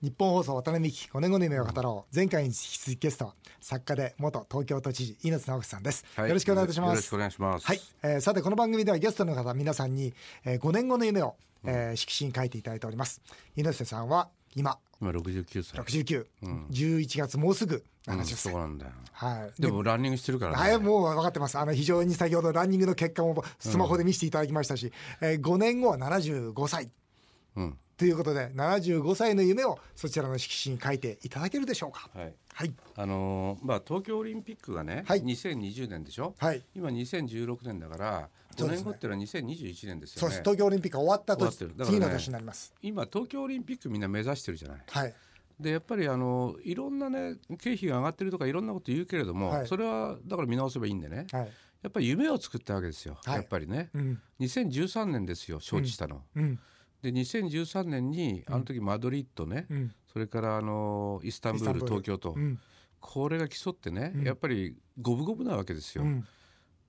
日本放送渡辺美希5年後の夢を語ろう前回に引き続きゲストは作家で元東京都知事猪瀬直樹さんです、はいよろしくお願いいたしますよろしくお願いしますはい、えーさてこの番組ではゲストの方皆さんに、えー、5年後の夢を、えー、色紙に書いていただいております猪瀬さんは今今69歳69、11月もうすぐうん70そう歳、なんだよはいでもランニングしてるからねはい、もう分かってます。あの、非常に先ほどランニングの結果もスマホで見せていただきましたし、えー5年後は75歳。うんということで、75歳の夢をそちらの色紙に書いていただけるでしょうか。はいはい。あのーまあ東京オリンピックがね、はい2020年でしょ、はい今2016年だからそう5です年ね後っていうのは2021年ですそようねです。東京オリンピックが終わった年、終わってるだから次ねの年になります。今東京オリンピックみんな目指してるじゃないはい。でやっぱりあのいろんなね経費が上がってるとかいろんなこと言うけれども、はいそれはだから見直せばいいんでね、はい。やっぱり夢を作ったわけですよ、はいやっぱりね、うん。 2013年ですよ承知したの、うん。で2013年にあの時マドリッドね、うん。それからあのイスタンブーイスタルンブール東京と、うん。これが競ってね、うんやっぱり五分五分なわけですよ、うん。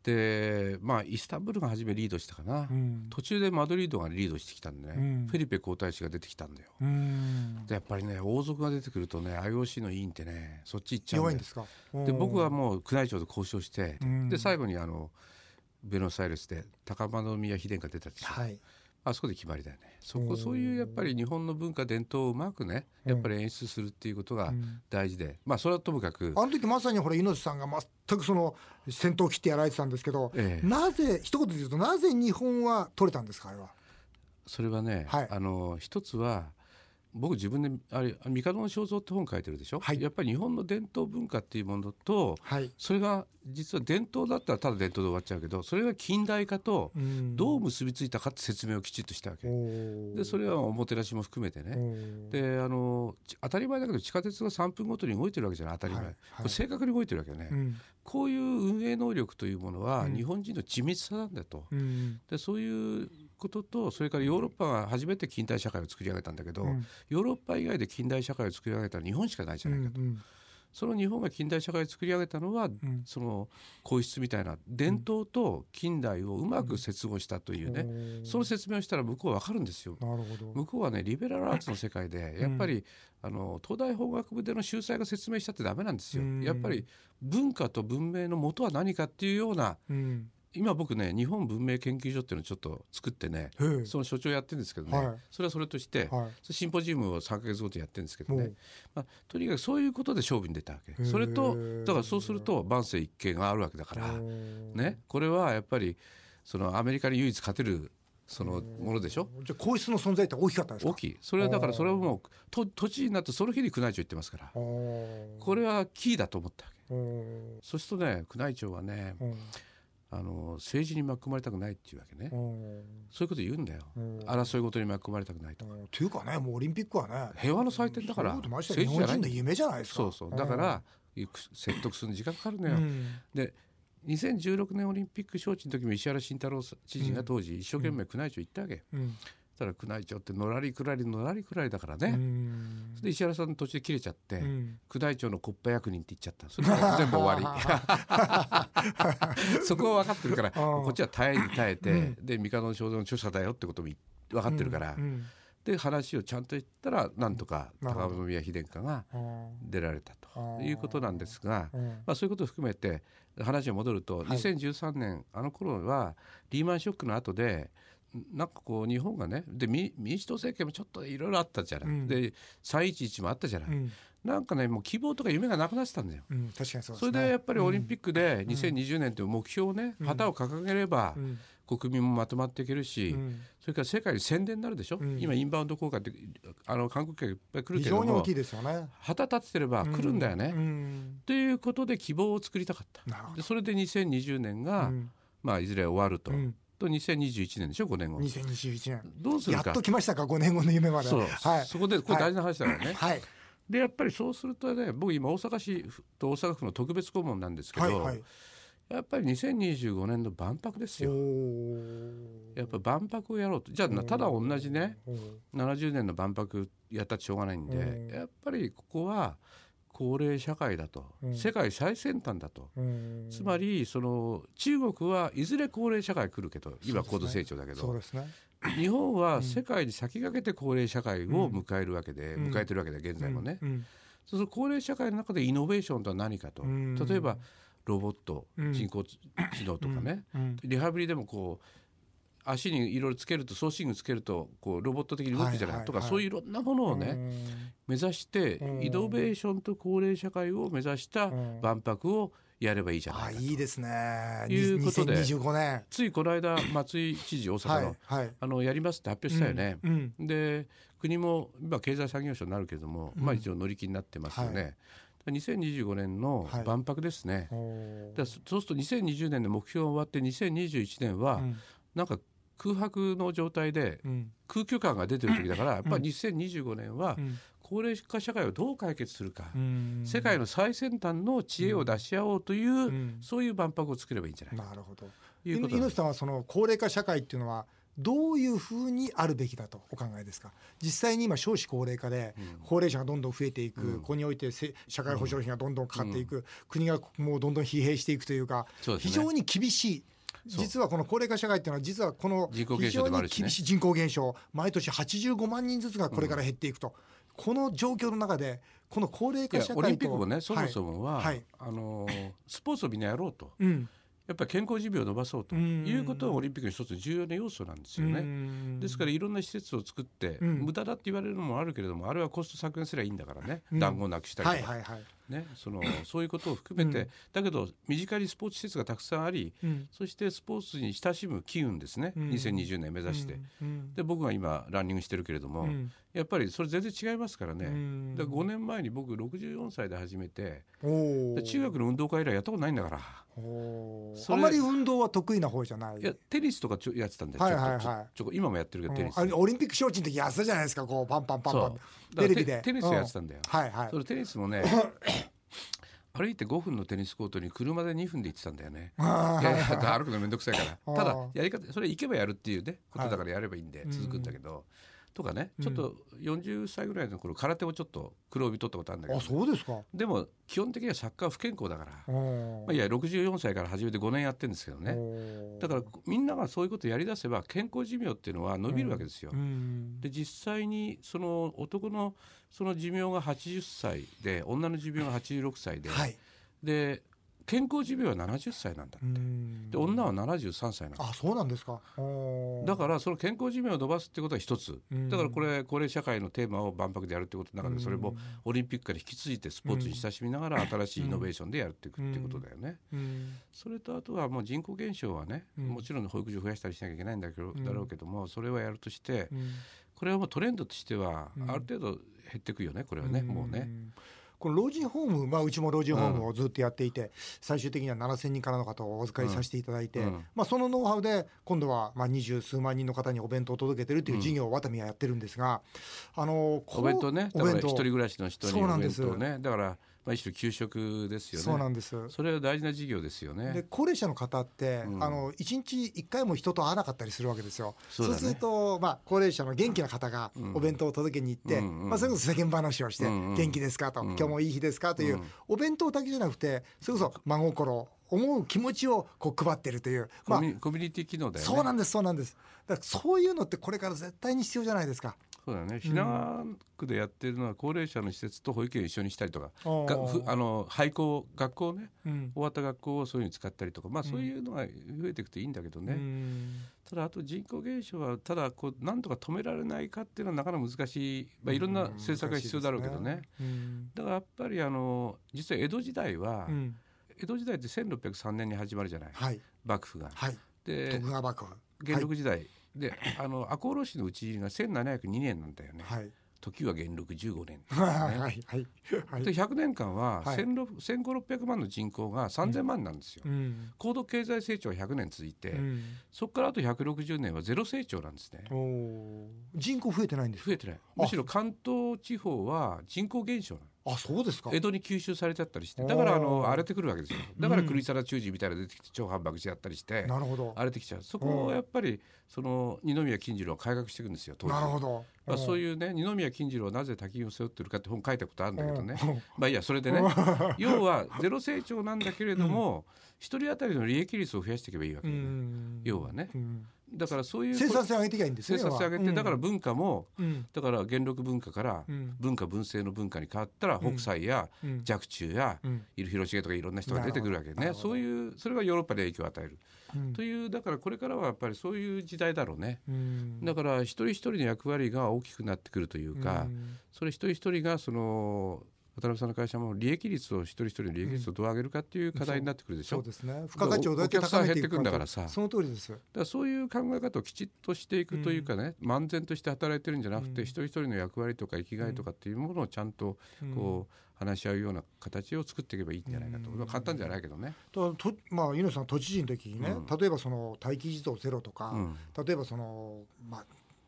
でまあイスタンブールが初めリードしたかな、うん。途中でマドリードがリードしてきたんでね、うんフェリペ皇太子が出てきたんだようんでやっぱりね王族が出てくるとね IOC の委員ってねそっち行っちゃうん弱だいんよですか。で僕はもう宮内庁と交渉して、うんで最後にあのベノスアイレスで高円宮妃殿下出たでしょ、はい。あそこで決まりだよねそおこーそういうやっぱり日本の文化伝統をうまくねやっぱり演出するっていうことうがん大事でまあそれはともかくあの時まさにほら猪瀬さんが全くその先頭を切ってやられてたんですけど、ええなぜ一言で言うとなぜ日本は取れたんですかあれは。それはね、はいあの一つは僕自分であれ「帝の肖像」って本書いてるでしょ、はいやっぱり日本の伝統文化っていうものとはい。それが実は伝統だったらただ伝統で終わっちゃうけどそれが近代化とどう結びついたかって説明をきちっとしたわけ、でそれれはおもてなしも含めてね、であのち当たり前だけど地下鉄が3分ごとに動いてるわけじゃない当たり前、はいはいこれ正確に動いてるわけよね、うんこういう運営能力というものはうん日本人の緻密さなんだと、うんでそういうこととそれからヨーロッパが初めて近代社会を作り上げたんだけど、うんヨーロッパ以外で近代社会を作り上げたのは日本しかないじゃないかと、うんその日本が近代社会を作り上げたのは、うんその皇室みたいな伝統と近代をうまく接合したというね、うんその説明をしたら向こうは分かるんですよ。なるほど。向こうはねリベラルアーツの世界でやっぱり、あの東大法学部での秀才が説明したってダメなんですよ、うんやっぱり文化と文明の元は何かっていうようなうん今僕ね日本文明研究所っていうのをちょっと作ってねへえその所長やってるんですけどね、はいそれはそれとして、はシンポジウムを3ヶ月ごとにやってるんですけい。どもねう、まあ、とにかくそういうことで勝負に出たわけーそれとだからそうすると万世一系があるわけだから、ね、これはやっぱりそのアメリカに唯一勝てるそのものでしょ、じゃあ皇室の存在って大きかったんですか。大きいそれはだからそれはもうと都知事になってその日に宮内庁行ってますからあーこれはキーだと思ったわけうんそうするとね宮内庁はねうんあの政治に巻き込まれたくないっていうわけねうんそういうこと言うんだようん争い事に巻き込まれたくないとうんというかねもうオリンピックはね。平和の祭典だからそういうことマジで政治じゃ日ない本人の夢じゃないですか。そうそうだからいく説得するのに時間かかるのうよん。で2016年オリンピック招致の時も石原慎太郎さん知事が当時一生懸命宮内庁行ったわけうんたら宮内庁ってのらりくらりのらりくらりだからうねんで石原さんの途中で切れちゃってうん宮内庁の国家役人って言っちゃっ たそれで全部終わりそこは分かってるからこっちは耐えに耐えて、で「帝の肖像の著者だよ」ってことも分かってるから、うんで話をちゃんと言ったらなんとかなるほ高ど宮妃殿下がうん出られたということなんですが、うんまあ、そういうことを含めて話を戻ると、はい2013年あの頃はリーマンショックの後でなんかこう日本がねで民民主党政権もちょっといろいろあったじゃない、うんで311もあったじゃない、うんなんかねもう希望とか夢がなくなってたんだよ。うん確かにそうですね。それでやっぱりオリンピックで2020年という目標をね旗を掲げればうん国民もまとまっていけるうしんそれから世界に宣伝になるでしょうん今インバウンド効果ってあの韓国客いっぱい来る非けれど常に大もきいですよね。旗立ててれば来るんだよねう。んということで希望を作りたかったなるほでそれで2020年がうんまあいずれ終わるど。とうんと2021年でしょ5年後2021年。どうするやっかと来ましたか、5年後の夢まで。そうはい。そこでこれ大事な話だからねはい。でやっぱりそうするとね僕今大阪市と大阪府の特別顧問なんですけはい。どはい。やっぱり2025年の万博ですおよ。ーやっぱ万博をやろうとじゃあなただ同じねおー70年の万博やったってしょうがないんうんでやっぱりここは高齢社会だとうん世界最先端だとうんつまりその中国はいずれ高齢社会来るけど今そうですね高度成長だけそうどですね。日本は世界に先駆けて高齢社会を迎えるわけで、うん迎えてるわけで現在もね、うんそうすると高齢社会の中でイノベーションとは何かと、うん例えばロボット、うん人工知能とかね、うんリハビリでもこう足にいろいろつけるとソーシングつけるとこうロボット的に動くじはいゃない,、はいはいとかそういういろんなものをね、目指してうんイノベーションと高齢社会を目指したうん万博をやればいいじゃあないかといいですね。いうことで2025年。ついこの間松井知事大阪はの,、いはい。あのやりますって発表したよね。うん。うんで国も今経済産業省になるけれども、うんまあ一応乗り気になってますよね、2025年のはい万博ですね、おーだからそそうすると2020年の目標が終わって2021年は、うんなんか空白の状態でうん空虚感が出てる時だから、やっぱり2025年はうん高齢化社会をどう解決するか、うん世界の最先端の知恵を出し合おうという、うんそういう万博を作ればいいんじゃないかなるほど。ということ猪なん木ですさんはその高齢化社会っていうのはどういうふうにあるべきだとお考えですか実際に今少子高齢化で高齢者がどんどん増えていく、うんここにおいてせ社会保障費がどんどんかかっていく、国がもうどんどん疲弊していくというかそうです非ね常に厳しい。そう実はこの高齢化社会っていうのは実はこの人口減非少常とかあにるしね厳しい人口減少毎年85万人ずつがこれから減っていくと、この状況の中でこの高齢い化や社会とオリンピックもねそもそも、もは、はいはいあのースポーツをみんなやろうとはいうんやっぱり健康寿命を伸ばそうとうんいうことはオリンピックの一つの重要な要素なんですよね。ですからいろんな施設を作って、うん無駄だって言われるのもあるけれどもあれはコスト削減すればいいんだからね、うん団子をなくしたりはとか、いはいはい、ね、そのそういうことを含めて、うんだけど身近にスポーツ施設がたくさんありうんそしてスポーツに親しむ機運ですね、うん2020年目指して。うんうんで僕が今ランニングしてるけれども、うんやっぱりそれ全然違いますからね。うんだから5年前に僕64歳で始めておーで中学の運動会以来やったことないんだからおーそれあんまり運動は得意な方じゃないいやテニスとかちょやってたんで、はいはいはいちょっとちょちょこ今もやってるうけどんテニス、あれオリンピック招致の時やってたじゃないですかこうパンパンパンパンそうだからテレビでテニスやってたんだよ、はいはい それテニス もね歩いて5分のテニスコートに車で2分で行ってたんだよねあいー やいやだって歩くのめんどくさいか あーらただやり方それ行けばやるっていうねことだからやればいいんでい続くんだけど、とかねちょっと40歳ぐらいの頃空手をちょっと黒帯取ったことあるんだけどあそうですかでも基本的にはサッカーは不健康だから、まおあ、いや64歳から始めて5年やってるんですけどね、ねだからみんながそういうことをやりだせば健康寿命っていうのは伸びるわけですよ。うんで実際にその男のその寿命が80歳で女の寿命が86歳で,、はいで健康寿命は70歳なんだって、うんで女は73歳なんだ、あそうなんですかおーだからその健康寿命を伸ばすってことは一つ、うんだからこれ高齢社会のテーマを万博でやるってことの中でそれもオリンピックから引き継いでスポーツに親しみながら新しいイノベーションでやっていくっていうことだよね。うんそれとあとはもう人口減少はね、うんもちろん保育所増やしたりしなきゃいけないんだけど、んだろうけどもそれはやるとしてうんこれはもうトレンドとしてはうんある程度減っていくよねこれはね、もうね。んこの老人ホーム、まあ、うちも老人ホームをずっとやっていて、最終的には7000人からの方をお預かりさせていただいて、うんまあ、そのノウハウで今度はまあ二十数万人の方にお弁当を届けてるという事業をワタミはやってるんですが、あのこうお弁当ねおだから弁一当人暮らしの人にそうなおんで弁す当ねだから、まあ、一種給食ですよねそうなんです。それは大事な事業ですよでね。高齢者の方って、うんあの1日1回も人と会わなかったりするわけですよ。そうだねすると、まあ、高齢者の元気な方がうんお弁当を届けに行って、うんうんまあ、それこそ世間話をして、うんうん元気ですかと、うん今日もいい日ですかという、うんお弁当だけじゃなくてそれこそ真心思う気持ちをこう配ってるという、まコあミュニコミュニティ機能だよね。そうなんですそうなんですだからそういうのってこれから絶対に必要じゃないですか。そうだよね。品川区でやってるのは高齢者の施設と保育園を一緒にしたりとか、がおーふあの廃校学校ねうん終わった学校をそういうふうに使ったりとか、まあそういうのが増えていくといいんだけどね。うんただあと人口減少はただこうなんとか止められないかっていうのはなかなか難しい、まあ、いろんな政策が必要だろうけどね。うんだからやっぱりあの実は江戸時代は、うん江戸時代って1603年に始まるじゃないはい幕府が。はいで徳川幕府元禄時代、であの赤穂浪士の討ち入りが1702年なんだよね、はい時は元禄15年。 はいはいはいはいで100年間ははい1500600万の人口が3000万なんですよ。うん高度経済成長は100年続いて、うんそこからあと160年はゼロ成長なんですね。おー人口増えてないんですか増えてないむしろ関東地方は人口減少なあそうですかの江戸に吸収されちゃったりしてだからあおのー荒れてくるわけですよだからうん狂い皿中耳みたいなの出てきて超反爆しやったりしてなるほど荒れてきちゃうそこをやっぱりその二宮金次郎は改革していくんですよ当時なるほどまあ、そうういうね二宮金次郎はなぜ滝を背負ってるかって本書いたことあるんだけどねうんまあいいやそれでね要はゼロ成長なんだけれども一人当たりの利益率を増やしていけばいいわけうでねん要はねうんだからそういう生産性上げていけばいいんです生ね。産性上げて、だからうん文化もうんだから元禄文化からうん文化文政の文化に変わったら北斎やうん若冲やうん広重とかいろんな人が出てくるわけなるねほどそういうそれがヨーロッパで影響を与える、うんというだからこれからはやっぱりそういう時代だろうねうんだから一人一人の役割が大きくなってくるというか、うんそれ一人一人がその渡辺さんの会社も利益率を一人一人の利益率をどう上げるかっていう課題になってくるでしそうょ、だかですね。付加価値をどうやって高めていくかお客さん減ってくんだからさその通りです。らそういう考え方をきちっとしていくというかね、漫然として働いてるんじゃなくて、うん一人一人の役割とか生きがいとかっていうものをちゃんとうんこう話し合うような形を作っていけばいいんじゃないかと、うんまあ簡単じゃないけどね。ととまあ、猪瀬さん、都知事の時にね、う例えばその待機児童ゼロとか、うん例えばその、まあ、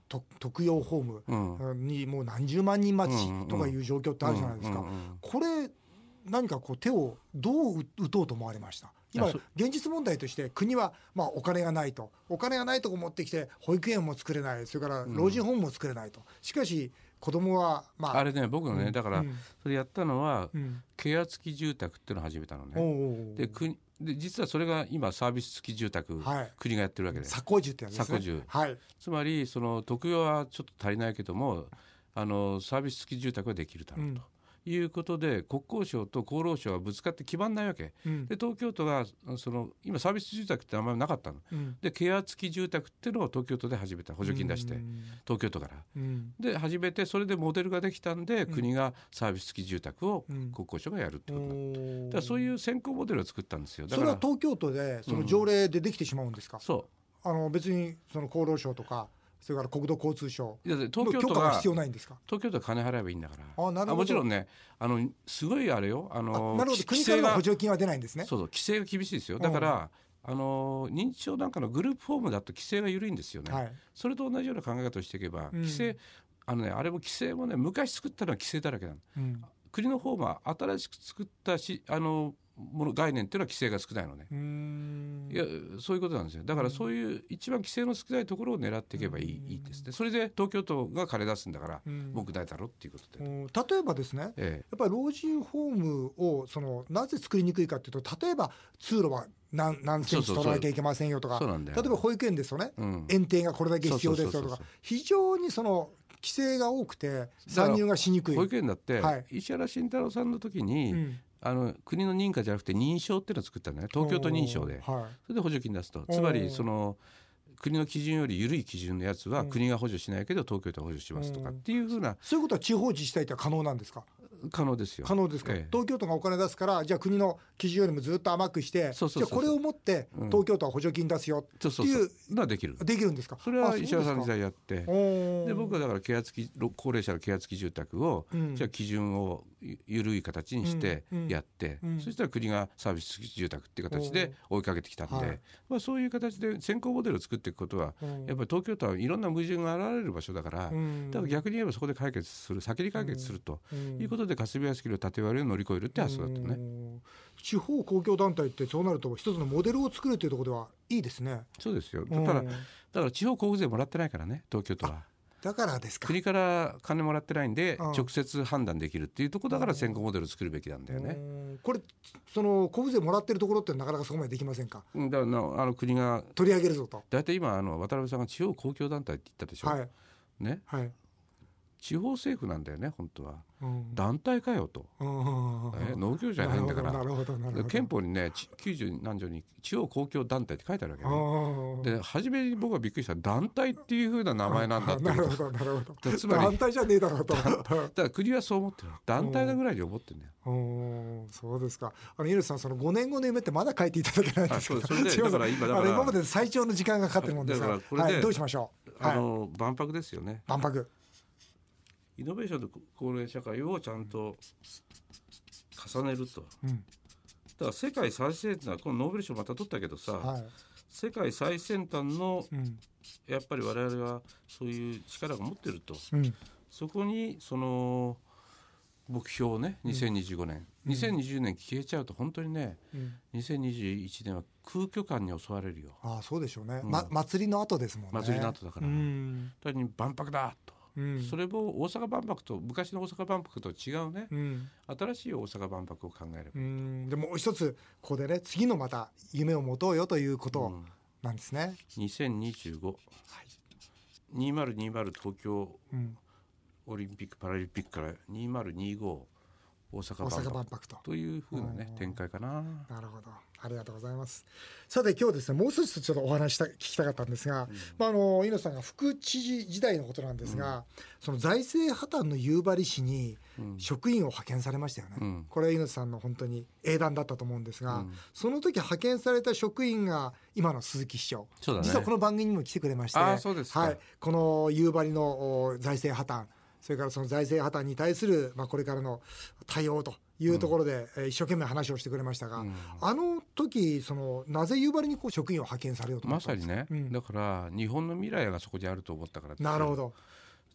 と特養ホームうんにもう何十万人待うんうんちとかいう状況ってあるじゃないですか、うんうんうんこれ、何かこう手をどう打打とうと思われました、今、あそ現実問題として、国は、まあ、お金がないと、お金がないとこ持ってきて、保育園も作れない、それから老人ホームも作れないと、しかし、子供は、まあ、あれね僕のね、だから、うんそれやったのは、うんケア付き住宅っていうのを始めたのおうね。おうおうで国で実はそれが今サービス付き住宅、はい国がやってるわけです。サコジュってやつですね。サコジュはいつまりその特養はちょっと足りないけどもあのサービス付き住宅はできるだろうと。いうことで国交省と厚労省はぶつかって決まんないわけうんで東京都がその今サービス住宅って名前もなかったのうんでケア付き住宅っていうのを東京都で始めた補助金出してうん東京都からうんで始めてそれでモデルができたんでうん国がサービス付き住宅をうん国交省がやるってことなのだかだらそういう先行モデルを作ったんですよだそかれらは東京都でその条例でできてしまうんですか、そあの別にその厚労省とかそれから国土交通省ういやだっての東許京可都がが必要ないんですか東京都は金払えばいいんだからあなるほどもちろんねあのすごいあれよああのなるほどき国規から制のが補助金は出ないんですねそうそう規制が厳しいですよだから、あの認知症なんかのグループホームだと規制が緩いんですよね、はいそれと同じような考え方をしていけば、うん規制あのねあれも規制もね昔作ったのは規制だらけなのうん国の方は新しく作ったしあのもの概念っていうのは規制が少ないのねうーんいやそういうことなんですよだからそういう一番規制の少ないところを狙っていけばいい,、うんいいですねそれで東京都が金出すんだから、うん文句ないだろうっていうことうで、ん例えばですねやええっぱり老人ホームをそのなぜ作りにくいかというと例えば通路は何何センチ取らなきゃいけませんよとかそうなんだよ例えば保育園ですよね、うん園庭がこれだけ必要ですそようそうとそうかそう非常にその規制が多くて参入がしにくい。保育園だって、はい石原慎太郎さんの時に、うんあの国の認可じゃなくて認証っていうのを作ったんだね東京都認証でおーはいそれで補助金出すとおーつまりその国の基準より緩い基準のやつはうん国が補助しないけど東京都は補助しますとかっうんていうふうなそういうことは地方自治体って可能なんですか可能ですよ可。能ですか、ええ東京都がお金出すからじゃあ国の基準よりもずっと甘くしてそうそうそうそうじゃあこれを持ってうん東京都は補助金出すよ、そうそうっていそううのはできる。できるんですかそれは石原さんの時で代やってで僕はだからケア付きろ高齢者のケア付き住宅を、うんじゃあ基準をゆ緩い形にしてうんうんやって、うんそしたら国がサービス付き住宅っていう形で追いかけてきたんで、はいまあ、そういう形で先行モデルを作っていくことは、やっぱり東京都はいろんな矛盾が現れる場所だから、うんだから逆に言えばそこで解決する先に解決すると、うんいうことで霞が関の縦割りを乗り越えるって発想だったのね、ね地方公共団体ってそうなると一つのモデルを作るというところではいいですねそうですようだんからだから地方交付税もらってないからね東京都はだからですか国から金もらってないんで、うん直接判断できるっていうところだから先行モデルを作るべきなんだよね、うんこれその小税もらってるところってなかなかそこまでできませんかうんだからなあの国が取り上げるぞと大体今あの渡辺さんが地方公共団体って言ったでしょ、はいね、はい、地方政府なんだよね本当はうん団体かよと、うんえ農業じゃないんだからなるほどなるほどなるほどで憲法にねち90何条に地方公共団体って書いてあるわけねああで初めに僕はびっくりした団体っていうふうな名前なんだってなことるだほどなるほどつまり団体じゃねえだろうと から国はそう思ってる団体だぐらいに思ってるんだよおーそうですかあのイルさんその5年後の夢ってまだ書いていただけないんですけどあそうそれで すいませんだから今だからあの今まで最長の時間がかかってるもんですかだからこれらではいどうしましょうあはいの万博ですよね万博イノベーションと高齢社会をちゃんと重ねるとだうんから世界最先端このノーベル賞また取ったけどさ、はい世界最先端のうんやっぱり我々はそういう力が持ってるとうんそこにその目標をね2025年、2020年消えちゃうと本当にねうん2021年は空虚感に襲われるよああそうでしょうねうんま祭りの後ですもんね祭りの後だからうん本当に万博だうと、んそれも大阪万博と昔の大阪万博と違うね、うん新しい大阪万博を考えればう、んでもう一つここでね次のまた夢を持とうよということを、うんなんですね。 2025、2020東京うん、オリンピック・パラリンピックから2025大大阪万阪博万博と。というふうなね展開かな。なるほど。ありがとうございます。さて今日ですね、もう一つちょっとお話した聞きたかったんですが、まああの猪野さんが副知事時代のことなんですが、その財政破綻の夕張市に職員を派遣されましたよね。うんこれは猪野さんの本当に英断だったと思うんですが、その時派遣された職員が今の鈴木市長。そうだね実はこの番組にも来てくれまして、あーそうですかはい、この夕張のお財政破綻。それからその財政破綻に対する、まあ、これからの対応というところで、えー一生懸命話をしてくれましたが、あの時そのなぜ夕張にこう職員を派遣されようと思まったさんですにかね、うんだから日本の未来がそこにあると思ったからですよなるほど、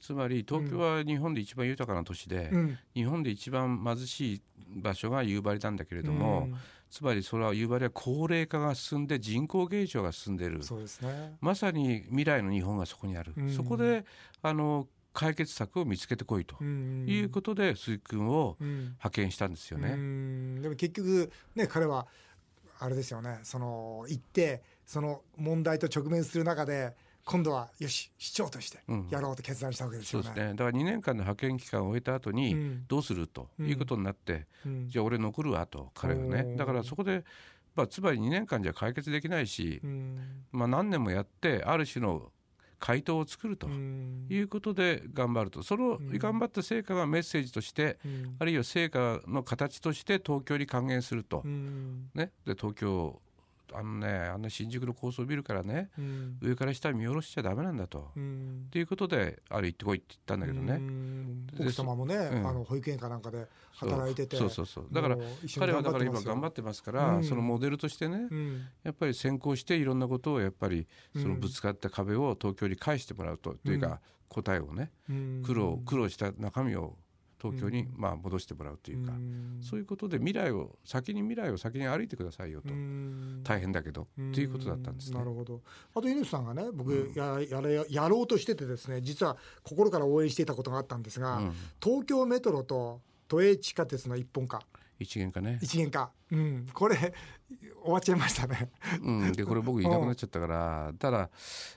つまり東京は日本で一番豊かな都市で、うん日本で一番貧しい場所が夕張なんだけれどうも、んつまりそれは夕張は高齢化が進んで人口減少が進んでいるそうですねまさに未来の日本がそこにある、うんそこであの解決策を見つけてこいということで、鈴木君をとうん派遣したんですようね。んでも結局ね彼はあれですよねその行ってその問題と直面する中で今度はよし市長としてうんやろうと決断したわけですそようね。ですねだから2年間の派遣期間を終えた後に、うんどうするということになって、うんじゃあ俺残るわと彼がおーねだからそこで、まあ、つまり2年間じゃ解決できないし、うんまあ、何年もやってある種の回答を作るとうんいうことで頑張るとそのうん頑張った成果がメッセージとしてうんあるいは成果の形として東京に還元するとう、んね、で東京あのねあんな新宿の高層ビルからねうん上から下見下ろしちゃダメなんだと。うんということであれ行ってこいって言ったんだけどうね。んで奥様もね、んあの保育園かなんかで働いててそうそうそうだからもう一緒に彼は頑張っだかてらま今すよ頑張ってますから、うんそのモデルとしてね、うんやっぱり先行していろんなことをやっぱりうんそのぶつかった壁を東京に返してもらうと、といううんか答えをねうん苦労苦労した中身を東京にうまあ戻してもらうというか、んそういうことで未来を先に未来を先に歩いてくださいよと、うん大変だけどということだったんですねな。るほど。あと犬さんがね、僕や、やれやろうとしててですね、実は心から応援していたことがあったんですが、うん東京メトロと都営地下鉄の一本化、一元化ね、 一元化、うん、これ終わっちゃいましたね。うん、でこれ僕いなくなっちゃったからただ、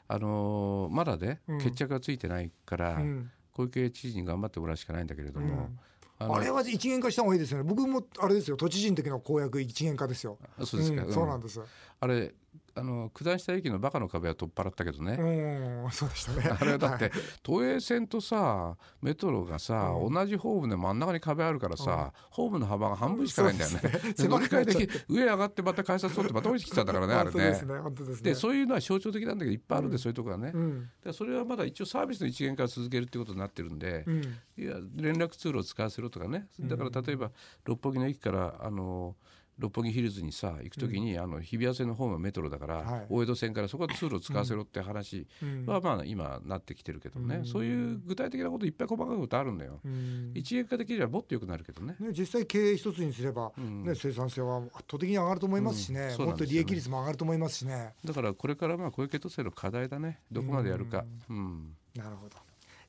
あのーまだねうん決着がついてないから、うん小池知事に頑張ってもらうしかないんだけれどうも、んあのあれは一元化した方がいいですよね。僕もあれですよ、都知事の時の公約一元化ですよ。あそうですか、んうんそうなんです。あれあの九段下駅のバカの壁は取っ払ったけどね、うん、そうでしたね。 あれはだっはいて都営線とさメトロがさ、同じホームで真ん中に壁あるからさ、ホームの幅が半分しかないんだよ ねそうですね。で狭乗りくなっ換えちゃってで上上がってまた改札取ってまた降りてきてたんだか らねあれ本当でねす。ね、本当ですね。でそういうのは象徴的なんだけどいっぱいあるんで、そういうとこはね。うん、でそれはまだ一応サービスの一元化を続けるってことになってるんで、うん、いや連絡通路を使わせろとかねだから例えば六本木の駅からあの六本木ヒルズにさ行くときに、あの日比谷線の方はメトロだから、はい大江戸線からそこは通路を使わせろって話うんはまあ今なってきてるけどね、うんそういう具体的なこといっぱい細かいことあるんだよ、うん。一元化できればもっと良くなるけどねね、実際経営一つにすれば、んね、生産性は圧倒的に上がると思いますしうんね、そもうなっんとですよね利益率も上がると思いますしね。だからこれからまあ小池都政の課題だねどこまでやるか、うんなるほど。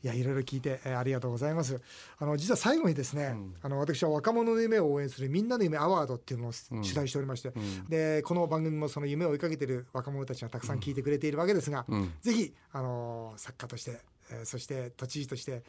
いや、いろいろ聞いて、えーありがとうございます。あの、実は最後にですね、あの、私は若者の夢を応援するみんなの夢アワードっていうのを取材しておりまして、で、この番組もその夢を追いかけてる若者たちがたくさん聞いてくれているわけですが、うんぜひ、あの、作家として、えーそして都知事として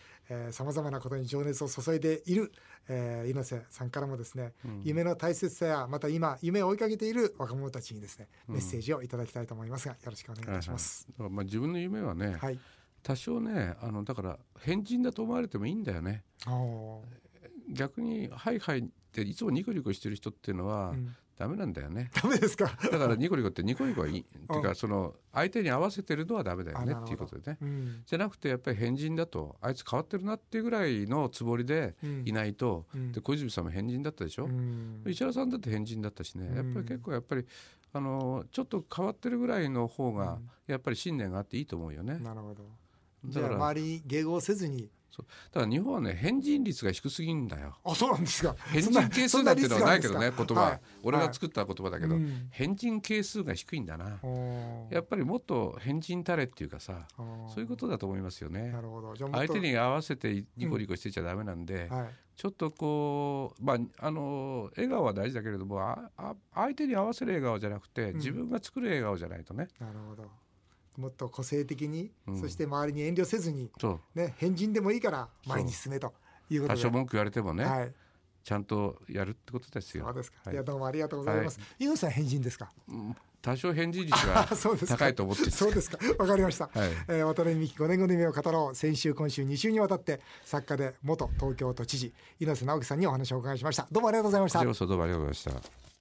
さまざまなことに情熱を注いでいる、えー猪瀬さんからもですね、夢の大切さやまた今夢を追いかけている若者たちにですねメッセージをいただきたいと思いますがよろしくお願いいたします。だからまあ自分の夢はね、はい、多少ねあのだから変人だと思われてもいいんだよねおー逆にハイハイっていつもニコニコしてる人っていうのは、うんダメなんだよねダメですか。だからニコニコってニコニコはいいっていうかその相手に合わせてるのはダメだよねあなるほどっていうことでね うんじゃなくてやっぱり変人だとあいつ変わってるなっていうぐらいのつもりでうんいないと、うんで小泉さんも変人だったでしょ、うん石原さんだって変人だったしねやっぱり結構やっぱりあのちょっと変わってるぐらいの方がやっぱり信念があっていいと思うよね。なるほど。じだゃあから周りに迎合せずに。そうだから日本はね変人率が低すぎんだよ。あ、そうなんですか。変人係数なんていうのはないけどね言葉、は俺が作った言葉だけど、うん変人係数が低いんだな、やっぱりもっと変人たれっていうかさ、そういうことだと思いますよねなるほど。じゃあもっ相と手に合わせてニコニコしてちゃダメなんで、はい。ちょっとこう、まあ、あの笑顔は大事だけれどもああ相手に合わせる笑顔じゃなくてん自分が作る笑顔じゃないとね、なるほどもっと個性的に、うんそして周りに遠慮せずに、そうね、変人でもいいから前に進めということ多で少文句言われてもね、はい、ちゃんとやるってことですよ。そうですか、はい、いやどうもありがとうございます、井口さん変人ですか うん多少返事率がそうですか高いと思ってるんですそうですかわかりました、はいえー渡辺美希5年後の夢を語ろう先週今週2週にわたって作家で元東京都知事猪瀬直樹さんにお話をお伺いしましたどうもありがとうございましこたちらこそどうもありがとうございました。